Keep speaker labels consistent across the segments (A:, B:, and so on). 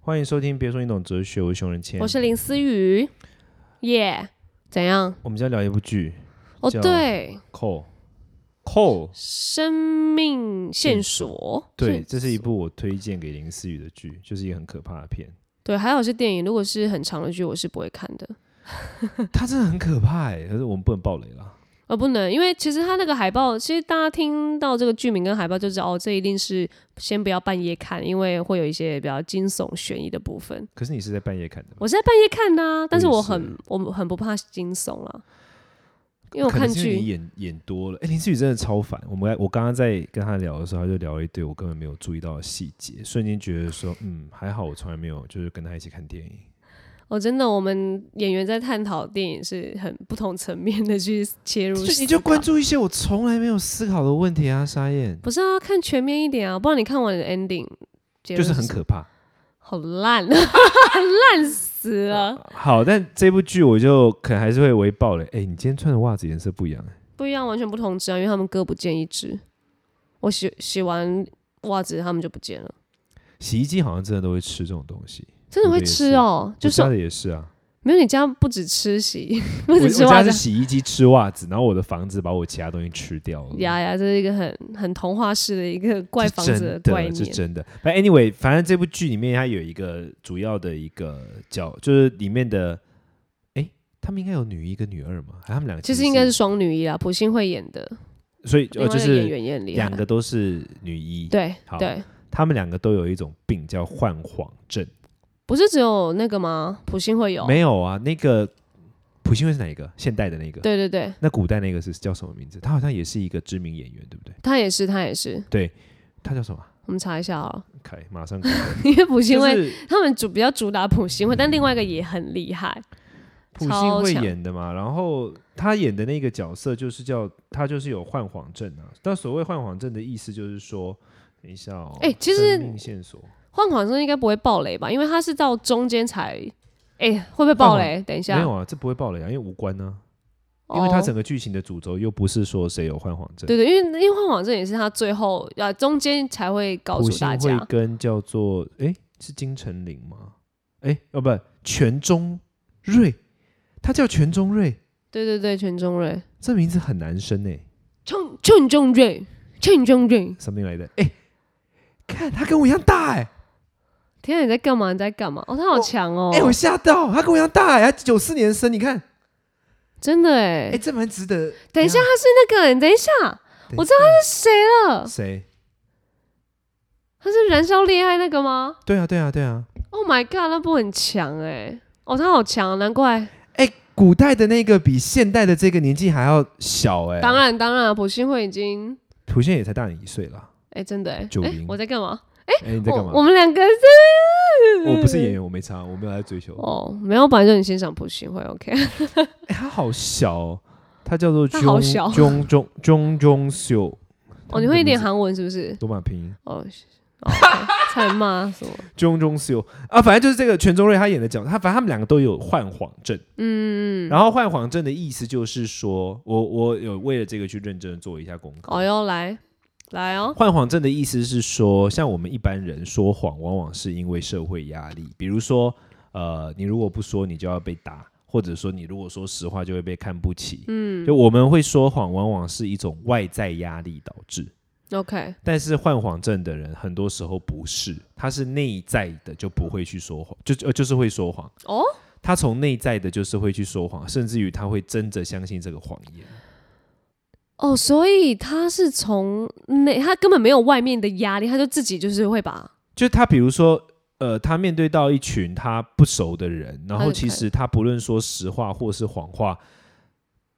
A: 欢迎收听，别说你懂哲学，我是熊仁谦。
B: 我是林思雨，耶、怎样？
A: 我们今天聊一部剧
B: 哦，
A: 叫
B: 对，
A: 《Call》。Call，
B: 生命线
A: 线
B: 索，
A: 对，这是一部我推荐给林思雨的剧，就是一个很可怕的 片。
B: 对，还好是电影，如果是很长的剧，我是不会看的。
A: 它真的很可怕哎、可是我们不能爆雷啦。
B: 呃，不能，因为其实它那个海报，其实大家听到这个剧名跟海报就知道，哦，这一定是先不要半夜看，因为会有一些比较惊悚悬疑的部分。
A: 可是你是在半夜看的吗？
B: 我是在半夜看的、啊，但是
A: 我也
B: 我
A: 是
B: 很我很不怕惊悚啊，因为我
A: 可能
B: 看
A: 是因为你
B: 剧，
A: 演演多了。哎、林思雨真的超烦。我们来我刚刚在跟他聊的时候，他就聊了一堆我根本没有注意到的细节，瞬间觉得说，嗯，还好我从来没有就是跟他一起看电影。
B: 哦，真的，我们演员在探讨电影是很不同层面的去切入思
A: 所
B: 考，
A: 以你就关注一些我从来没有思考的问题啊，沙燕，
B: 不是啊，看全面一点啊，不然你看完的 ending 就
A: 就是很可怕。
B: 好烂， 烂死了。
A: 好，但这部剧我就可能还是会微爆了。哎、你今天穿的袜子颜色不一样、哎
B: 不一样，完全不同只啊，因为他们哥不见一只。我洗洗完袜子，他们就不见了，
A: 洗衣机好像真的都会吃这种东西，
B: 真的会吃哦、就
A: 我家
B: 是
A: 的也是 啊。
B: 没有你家不止吃洗， 不
A: 我
B: 止
A: 我
B: 吃袜
A: 家
B: 子
A: 是，洗衣机吃袜子，然后我的房子把我其他东西吃掉了。
B: 呀呀，这是一个很很童话式的一个怪房
A: 是
B: 子
A: 真
B: 怪
A: 的是
B: 念。
A: 真的。反正 anyway，反正这部剧里面它有一个主要的一个角，就是里面的，哎、他们应该有女一跟女二嘛？还是他们两个
B: 其实应该是，双女一啊，朴信惠演的，
A: 所以
B: 另
A: 呃
B: 外
A: 就
B: 一个演
A: 是
B: 员也很厉害
A: 两。个都是女一，
B: 对
A: 好
B: 对，
A: 他们两个都有一种病叫幻谎症。
B: 不是只有那个吗？朴信惠有，
A: 没有啊，那个普信惠是哪一个？现代的那个？
B: 对对对，
A: 那古代那个是叫什么名字？他好像也是一个知名演员，对不对？
B: 他也是，他也是，
A: 对，他叫什么？
B: 我们查一下啊，
A: 凯，马上凯。
B: 因为朴信惠
A: 就是
B: 他们主比较主打普信惠，但另外一个也很厉害，
A: 普
B: 超
A: 信惠
B: 强
A: 演的嘛，然后他演的那个角色就是叫他就是有幻谎症啊。但所谓幻谎症的意思就是说，等一下哦，
B: 哎其实
A: 生命线索
B: 换谎生应该不会爆雷吧？因为他是到中间才，哎、会不会爆雷？等一下，
A: 没有啊，这不会爆雷啊，因为无关呢、因为他整
B: 哦、
A: 个剧情的主轴又不是说谁有幻谎症。
B: 对对，因为因为换谎症也是他最后啊中间才会告
A: 普
B: 诉
A: 信
B: 大
A: 惠
B: 家，
A: 跟叫做哎是金城林吗？哎哦不，全中瑞，他叫全中瑞，
B: 对对对，全中瑞，
A: 这名字很难生哎、
B: 全全中瑞，全中瑞，
A: 什么来的？哎，看他跟我一样大哎、
B: 天啊，你在干嘛？你在干嘛？哦，他好
A: 我
B: 强哦，
A: 哎、我吓到，他跟我一样大哎、他九四年生，你看，
B: 真的哎、
A: 哎、这蛮值得。
B: 等一下，他是那个，你等一下，
A: 等一下
B: 我知道他是谁了
A: 他，谁？
B: 他是燃烧恋爱那个吗
A: 对啊，对啊，对啊。
B: ？Oh my god，那部很强哎、哦，他好强，难怪。
A: 哎、古代的那个比现代的这个年纪还要小哎、
B: 当然，当然，朴信惠已经
A: 图宪也才大你一岁啦。
B: 哎、真的哎、
A: 九
B: 哎
A: 零
B: 我在干嘛？哦
A: 哎、你在干嘛？
B: 我我们两个
A: 我
B: 是，
A: 不是演员，我没差，我没有在追求。
B: 哦，没有，我本来就很欣赏朴信惠。OK，
A: 哎、他好小、哦，他叫做
B: 他好
A: Jung
B: 小
A: Jung Jung Jung Jung 秀。
B: 哦，你会一点
A: 他的名
B: 韩文是不是
A: 字？罗马拼音
B: 哦，哦差点骂什么？
A: Jung Jung 秀啊，反正就是这个全中瑞他演的角，他反正他们两个都有患谎症。
B: 嗯，
A: 然后患谎症的意思就是说，我我有为了这个去认真地做一下功课。
B: 哦哟，来来哦，
A: 患谎症的意思是说，像我们一般人说谎，往往是因为社会压力，比如说，呃，你如果不说，你就要被打，或者说你如果说实话，就会被看不起。
B: 嗯
A: 就我们会说谎，往往是一种外在压力导致。
B: ，OK，
A: 但是患谎症的人很多时候不是，他是内在的就不会去说谎，就呃就是会说谎。
B: 哦，
A: 他从内在的就是会去说谎，甚至于他会真的相信这个谎言。
B: 哦，所以他是从内，他根本没有外面的压力，他就自己就是会把
A: 就他比如说，呃，他面对到一群他不熟的人，然后
B: 他就
A: 其
B: 开
A: 实他不论说实话或是谎话，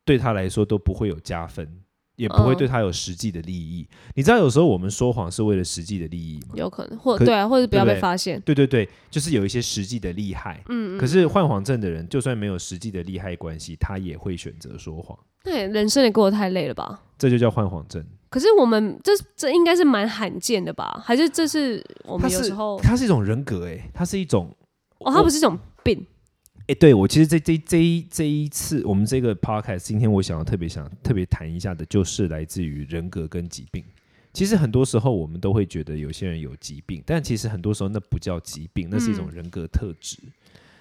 A: 对他来说都不会有加分，也不会
B: 嗯
A: 对他有实际的利益。你知道，有时候我们说谎是为了实际的利益吗？
B: 有可能，或
A: 可
B: 对啊，或者不要
A: 对不
B: 被
A: 对
B: 发现，
A: 对对对，就是有一些实际的利害。
B: 嗯嗯，
A: 可是患谎症的人，就算没有实际的利害关系，他也会选择说谎，
B: 那也哎人生也过得太累了吧？
A: 这就叫患谎症。
B: 可是我们这这应该是蛮罕见的吧？还是这是我
A: 它
B: 们有
A: 是
B: 时候
A: 它是一种人格、欸，它是一种
B: 哦，它不是一种病
A: 哎、对我其实这这这一这一次我们这个 podcast，今天我想要特别想特别谈一下的，就是来自于人格跟疾病。其实很多时候我们都会觉得有些人有疾病，但其实很多时候那不叫疾病，那是一种人格特质，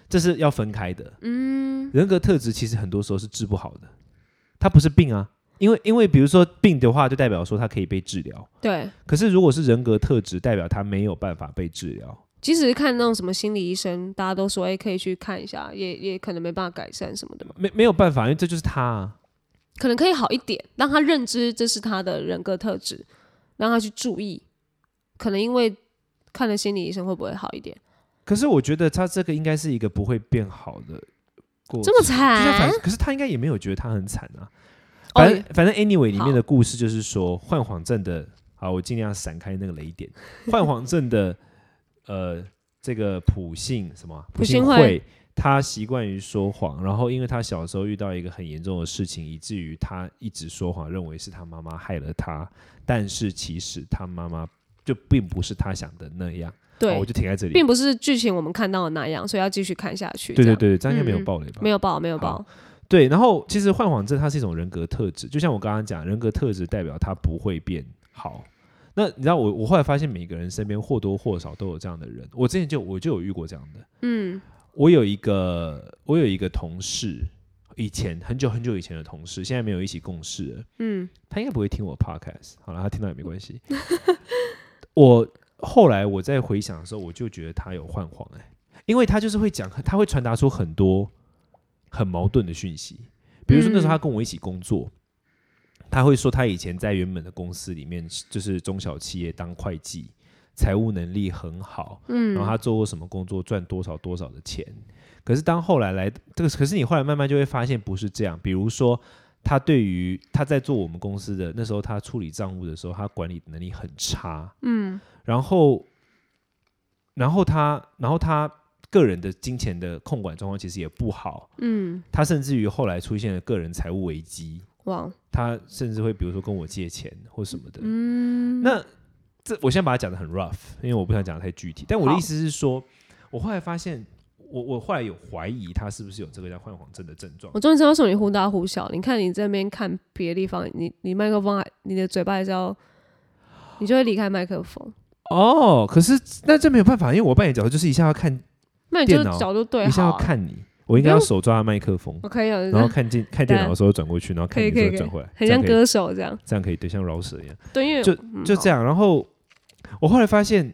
A: 这是要分开的。
B: 嗯，
A: 人格特质其实很多时候是治不好的，它不是病啊，因为因为比如说病的话，就代表说它可以被治疗，
B: 对。
A: 可是如果是人格特质，代表它没有办法被治疗。
B: 即使看那种什么心理医生，大家都说哎、可以去看一下，也也可能没办法改善什么的嘛，
A: 没没有办法，因为这就是他、啊。
B: 可能可以好一点，让他认知这是他的人格特质，让他去注意。可能因为看了心理医生会不会好一点？
A: 可是我觉得他这个应该是一个不会变好的过程。
B: 这么
A: 就像反
B: 惨
A: 正，可是他应该也没有觉得他很惨啊。
B: 哦
A: 反正、反正 anyway 里
B: 好
A: 面的故事就是说，患谎症的，好，我尽量闪开那个雷 点。患谎症的，呃，这个普信什么啊
B: 普信
A: 信
B: 会
A: 会，他习惯于说谎，然后因为他小时候遇到一个很严重的事情，以至于他一直说谎，认为是他妈妈害了他，但是其实他妈妈就并不是他想的那样。好
B: 对
A: 哦我，就停在这里。
B: 并不是剧情我们看到的那样，所以要继续看下去。
A: 对对
B: 这样，
A: 对，这样应该没
B: 嗯
A: 有
B: 嗯
A: 暴雷吧？
B: 没有报，没有报
A: 好。对，然后其实患谎症它是一种人格特质，就像我刚刚讲，人格特质代表它不会变好。那你知道我我后来发现，每个人身边或多或少都有这样的人。我之前就我就有遇过这样的。
B: 嗯
A: 我有一个我有一个同事，以前很久很久以前的同事，现在没有一起共事了。
B: 嗯，
A: 他应该不会听我 podcast，好了，他听到也没关系。 我后来我在回想的时候，我就觉得他有幻谎哎、因为他就是会讲，他会传达出很多很矛盾的讯息。比如说那时候他跟我一起工作，他会说他以前在原本的公司里面就是中小企业当会计，财务能力很好，嗯，然后他做过什么工作，赚多少多少的钱。可是当后来来这个，可是你后来慢慢就会发现不是这样。比如说，他对于他在做我们公司的那时候，他处理账务的时候，他管理能力很差，嗯，然后，然后他，然后他个人的金钱的控管状况其实也不好，
B: 嗯，
A: 他甚至于后来出现了个人财务危机，
B: 哇，
A: 他甚至会比如说跟我借钱或什么的，
B: 嗯，
A: 那这我先把它讲的很 rough，因为我不想讲的太具体。但我的
B: 好
A: 意思是说，我后来发现，我我后来有怀疑他是不是有这个叫患黄症的症状
B: 我。终于知道为什么你忽大忽小。你看你这边看别的地方，你你麦克风还你的嘴巴还是要，你就会离开麦克风。
A: 哦，可是那这没有办法，因为我扮演角色就是一下要看，
B: 那你就
A: 电脑
B: 角度对
A: 一下
B: 好、
A: 要
B: 啊。
A: 看你，我应该要手抓麦克风，
B: 我可以有，
A: 然后看进看电脑的时候转过去，然后看你的时
B: 可以可
A: 候
B: 以
A: 转回来，
B: 很
A: 这样
B: 像
A: 可以
B: 歌手这样。
A: 这样可以对，像饶舌一样。
B: 对，因为嗯
A: 就
B: 好
A: 这样。然后我后来发现，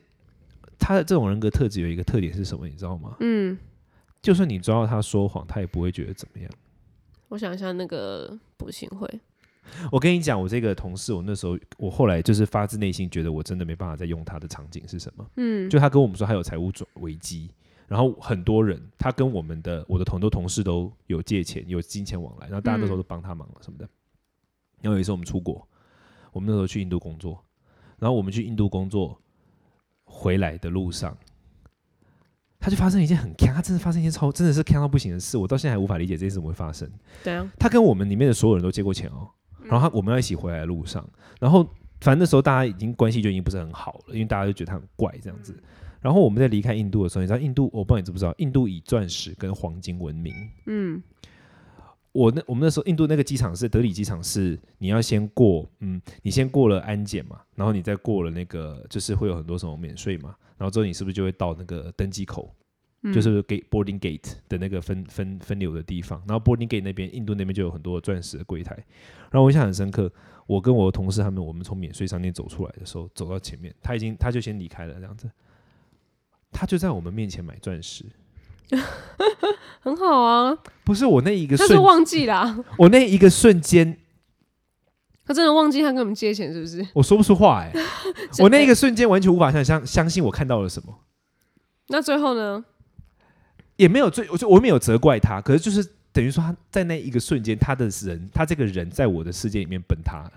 A: 他的这种人格特质有一个特点是什么，你知道吗？
B: 嗯，
A: 就算你抓到他说谎，他也不会觉得怎么样。
B: 我想一下那个补行会，
A: 我跟你讲，我这个同事，我那时候，我后来就是发自内心觉得我真的没办法再用他的场景是什么？
B: 嗯，
A: 就他跟我们说他有财务转危机，然后很多人，他跟我们的我的很多同事都有借钱，有金钱往来，然后大家那时候都帮他忙了什么的。然后有一次我们出国，我们那时候去印度工作，然后我们去印度工作回来的路上，他就发生一件很坑，他真的发生一件超真的是坑到不行的事，我到现在还无法理解这件事怎么会发生。
B: 怎样？
A: 他跟我们里面的所有人都借过钱哦。然后他我们要一起回来的路上，然后反正那时候大家已经关系就已经不是很好了，因为大家就觉得他很怪这样子。然后我们在离开印度的时候，你知道印度，我不知道你知不知道，印度以钻石跟黄金闻名。
B: 嗯，
A: 我那我们那时候印度那个机场是德里机场是你要先过，嗯，你先过了安检嘛，然后你再过了那个就是会有很多什么免税嘛，然后之后你是不是就会到那个登机口，
B: 嗯
A: 就是给 boarding gate 的那个分分分流的地方，然后 boarding gate 那边印度那边就有很多钻石的柜台，然后我印象很深刻，我跟我的同事他们我们从免税商店走出来的时候，走到前面，他已经他就先离开了这样子，他就在我们面前买钻石，
B: 很好啊。
A: 不是我那一个
B: 他是
A: 瞬，
B: 忘记啦，
A: 我那一个瞬间
B: 他真的忘记他跟我们借钱是不是？
A: 我说不出话 哎、
B: 真
A: 我那
B: 的
A: 一个瞬间完全无法想象相信我看到了什么，
B: 那最后呢？
A: 也没有最我就我没有责怪他，可是就是等于说他在那一个瞬间，他的人他这个人在我的世界里面崩塌了，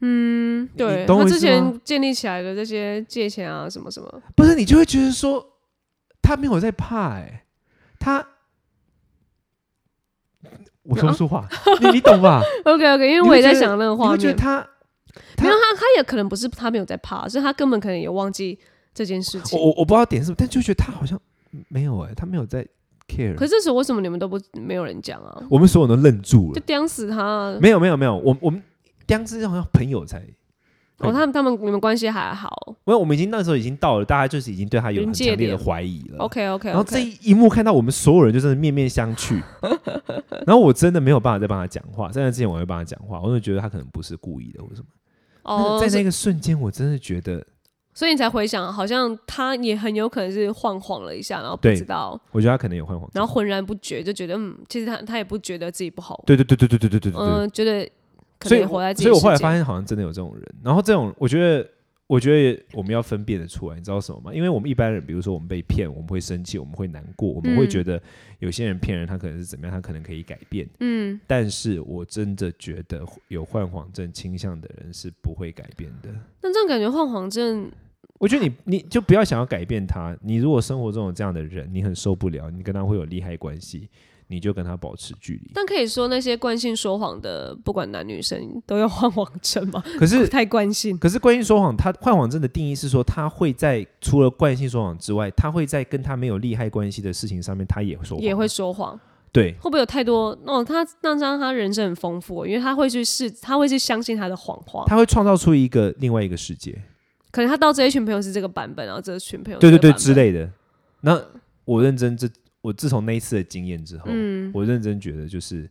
B: 嗯，对，
A: 你懂
B: 他
A: 我意
B: 之
A: 思吗
B: 前建立起来的这些借钱啊，什么什么，
A: 不是你就会觉得说他没有在怕哎、他我说不出 话，你你懂吧？
B: OK OK，因为
A: 你
B: 我
A: 会
B: 也在
A: 觉得
B: 想那个
A: 你
B: 画
A: 会觉得
B: 面，
A: 他
B: 没有他，他也可能不是他没有在怕，是他根本可能也忘记这件事
A: 我
B: 情。
A: 我我不知道点是什么，但就觉得他好像没有哎、他没有在 care，
B: 可是这时候为什么你们都不没有人讲啊？
A: 我们所有人都愣住了
B: 就。刁死他啊，
A: 没有没有没有，我我们当时好像朋友才
B: 哦，他们他们你们关系还好
A: 因为我们已经那时候已经到了，大家就是已经对他有很
B: 临界
A: 强烈的
B: 点
A: 怀疑了。
B: ？OK OK
A: 啊然后这
B: OK，
A: 一幕看到我们所有人就真的面面相 觑，然后我真的没有办法再帮他讲话。在那之前我会帮他讲话，我就觉得他可能不是故意的或者什么。
B: 哦，
A: 在
B: 所
A: 那
B: 以
A: 个瞬间，我真的觉得，
B: 所以你才回想，好像他也很有可能是晃晃了一下，然后不
A: 对
B: 知道，
A: 我觉得他可能有换黄。
B: 然后浑然不觉，就觉得嗯，其实他他也不觉得自己不好，
A: 对对对对对对对对对
B: 嗯、
A: 对。
B: 觉得可
A: 所以
B: 能也
A: 我，
B: 活在自己
A: 所以我
B: 世
A: 后来
B: 界
A: 发现好像真的有这种人。然后这种，我觉得，我觉得我们要分辨得出来，你知道什么吗？因为我们一般人，比如说我们被骗，我们会生气，我们会难过，我们会
B: 嗯
A: 觉得有些人骗人，他可能是怎么样，他可能可以改变。
B: 嗯，
A: 但是我真的觉得有患黄症倾向的人是不会改变的。
B: 那这样感觉晃晃症
A: 我觉得你你就不要想要改变他。你如果生活中有这样的人，你很受不了，你跟他会有利害关系，你就跟他保持距离。
B: 但可以说那些惯性说谎的，不管男女生都 要换谎症吗？
A: 可是
B: 太惯性。
A: 可是惯性说谎，他患谎症的定义是说，他会在除了惯性说谎之外，他会在跟他没有利害关系的事情上面，他也说谎
B: 也会说谎，
A: 对。
B: 会不会有太多？哦，他那张他人生很丰富哦，因为他会去试，他会去相信他的谎话。
A: 他会创造出一个另外一个世界，
B: 可能他到这一群朋友是这个版本，然后这群朋友
A: 对对
B: 是这
A: 对
B: 个版
A: 之。
B: 本
A: 类的。那我认真这，我自从那一次的经验之后，
B: 嗯
A: 我认真觉得就是，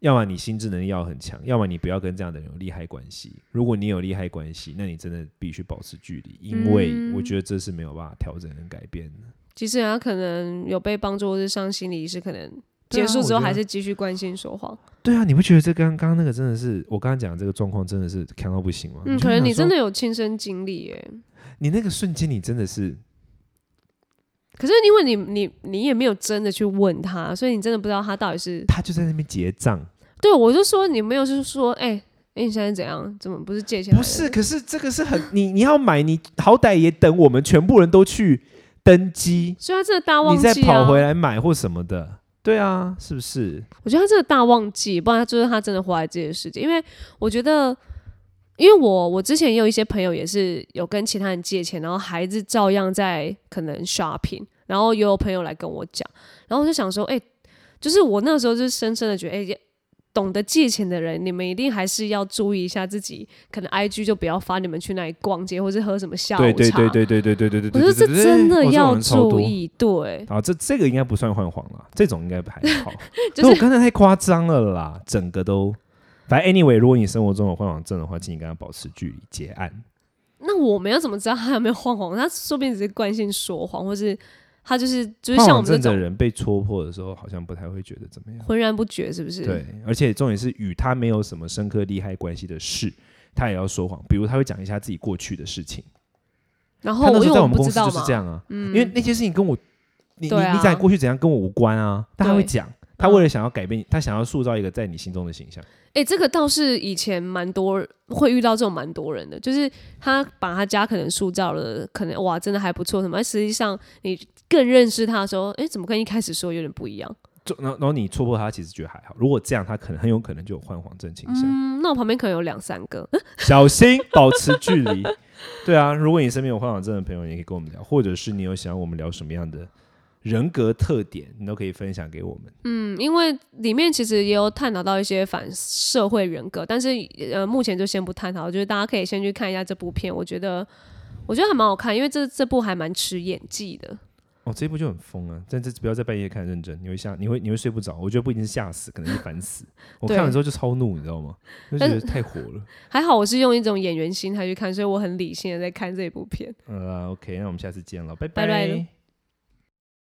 A: 要么你心智能力要很强，要么你不要跟这样的人有利害关系。如果你有利害关系，那你真的必须保持距离，因为我觉得这是没有办法调整跟改变的。
B: 其实他可能有被帮助，或是上心理医师，可能
A: 对啊
B: 结束之
A: 我觉
B: 后
A: 得
B: 还是继续关心说谎。
A: 对啊，你不觉得这刚刚刚那个真的是我刚刚讲的这个状况真的是强到不行吗？
B: 嗯，
A: 就
B: 可能
A: 想
B: 你真
A: 说
B: 的有亲身经历耶。
A: 你那个瞬间你真的是
B: 可是因为你你你也没有真的去问他，所以你真的不知道他到底是
A: 他就在那边结账，
B: 对我就说你没有就是说哎。哎、你现在怎样？怎么不是借钱？
A: 不是，，可是这个是很你你要买，你好歹也等我们全部人都去登机，
B: 所以他真的大忘
A: 你
B: 记、啊。
A: 再跑回来买或什么的。对啊，是不是？
B: 我觉得他真的大忘记，不然他就是他真的活在自己的世界。因为我觉得，因为我我之前也有一些朋友也是有跟其他人借钱，然后孩子照样在可能 shopping，然后也有朋友来跟我讲，然后我就想说，哎、就是我那时候就是深深的觉得，哎、懂得借钱的人，你们一定还是要注意一下自己，可能 IG 就不要发你们去那里逛街，或是喝什么下午茶。
A: 对对对对对对对对对对，
B: 我觉得这
A: 对对
B: 真的
A: 对哎我这种
B: 要
A: 人超多
B: 注意，对，
A: 啊，这这个应该不算换黄啦，这种应该还好。
B: 就
A: 可我
B: 是
A: 刚才太夸张了啦，整个都。反正 anyway，如果你生活中有换黄症的话，请你跟他保持距离，结案。
B: 那我们要怎么知道他有没有晃谎？他说不定只是惯性说谎，或是他就是就是
A: 换
B: 像我
A: 黄
B: 们这
A: 症的
B: 种
A: 人被戳破的时候，好像不太会觉得怎么样。
B: 浑然不觉，是不是？
A: 对，而且重点是与他没有什么深刻利害关系的事，他也要说谎。比如他会讲一下自己过去的事情，
B: 然后
A: 他那
B: 哦我
A: 时候
B: 因为
A: 在我
B: 我
A: 们
B: 不
A: 公
B: 知
A: 司
B: 道
A: 就
B: 嘛嗯
A: 是这，样啊，因为那些事情跟我，你你
B: 对啊嗯
A: 你讲过去怎样跟我无关啊，但他会讲，他为了想要改变你，他想要塑造一个在你心中的形象。
B: 哎、这个倒是以前蛮多会遇到这种蛮多人的，就是他把他家可能塑造了，可能哇真的还不错什么，但实际上你更认识他的时候，哎、怎么跟一开始说有点不一样？
A: 就然后然后你戳破他，其实觉得还好。如果这样，他可能很有可能就有患黄症倾向。
B: 嗯，那我旁边可能有两三个，
A: 小心保持距离。对啊，如果你身边有患黄症的朋友，你也可以跟我们聊，或者是你有想要我们聊什么样的人格特点，你都可以分享给我们。
B: 嗯，因为里面其实也有探讨到一些反社会人格，但是呃，目前就先不探讨，就是大家可以先去看一下这部片，我觉得我觉得还蛮好看，因为这这部还蛮吃演技的。
A: 哦，这一部就很疯啊！但这不要在半夜看，认真，你会吓，你会你会睡不着。我觉得不一定是吓死，可能是烦死。我看了之后就超怒，你知道吗？就觉得太火了。
B: 还好我是用一种演员心态去看，所以我很理性的在看这部片。
A: 呃，OK，那我们下次见了，拜
B: 拜拜
A: 拜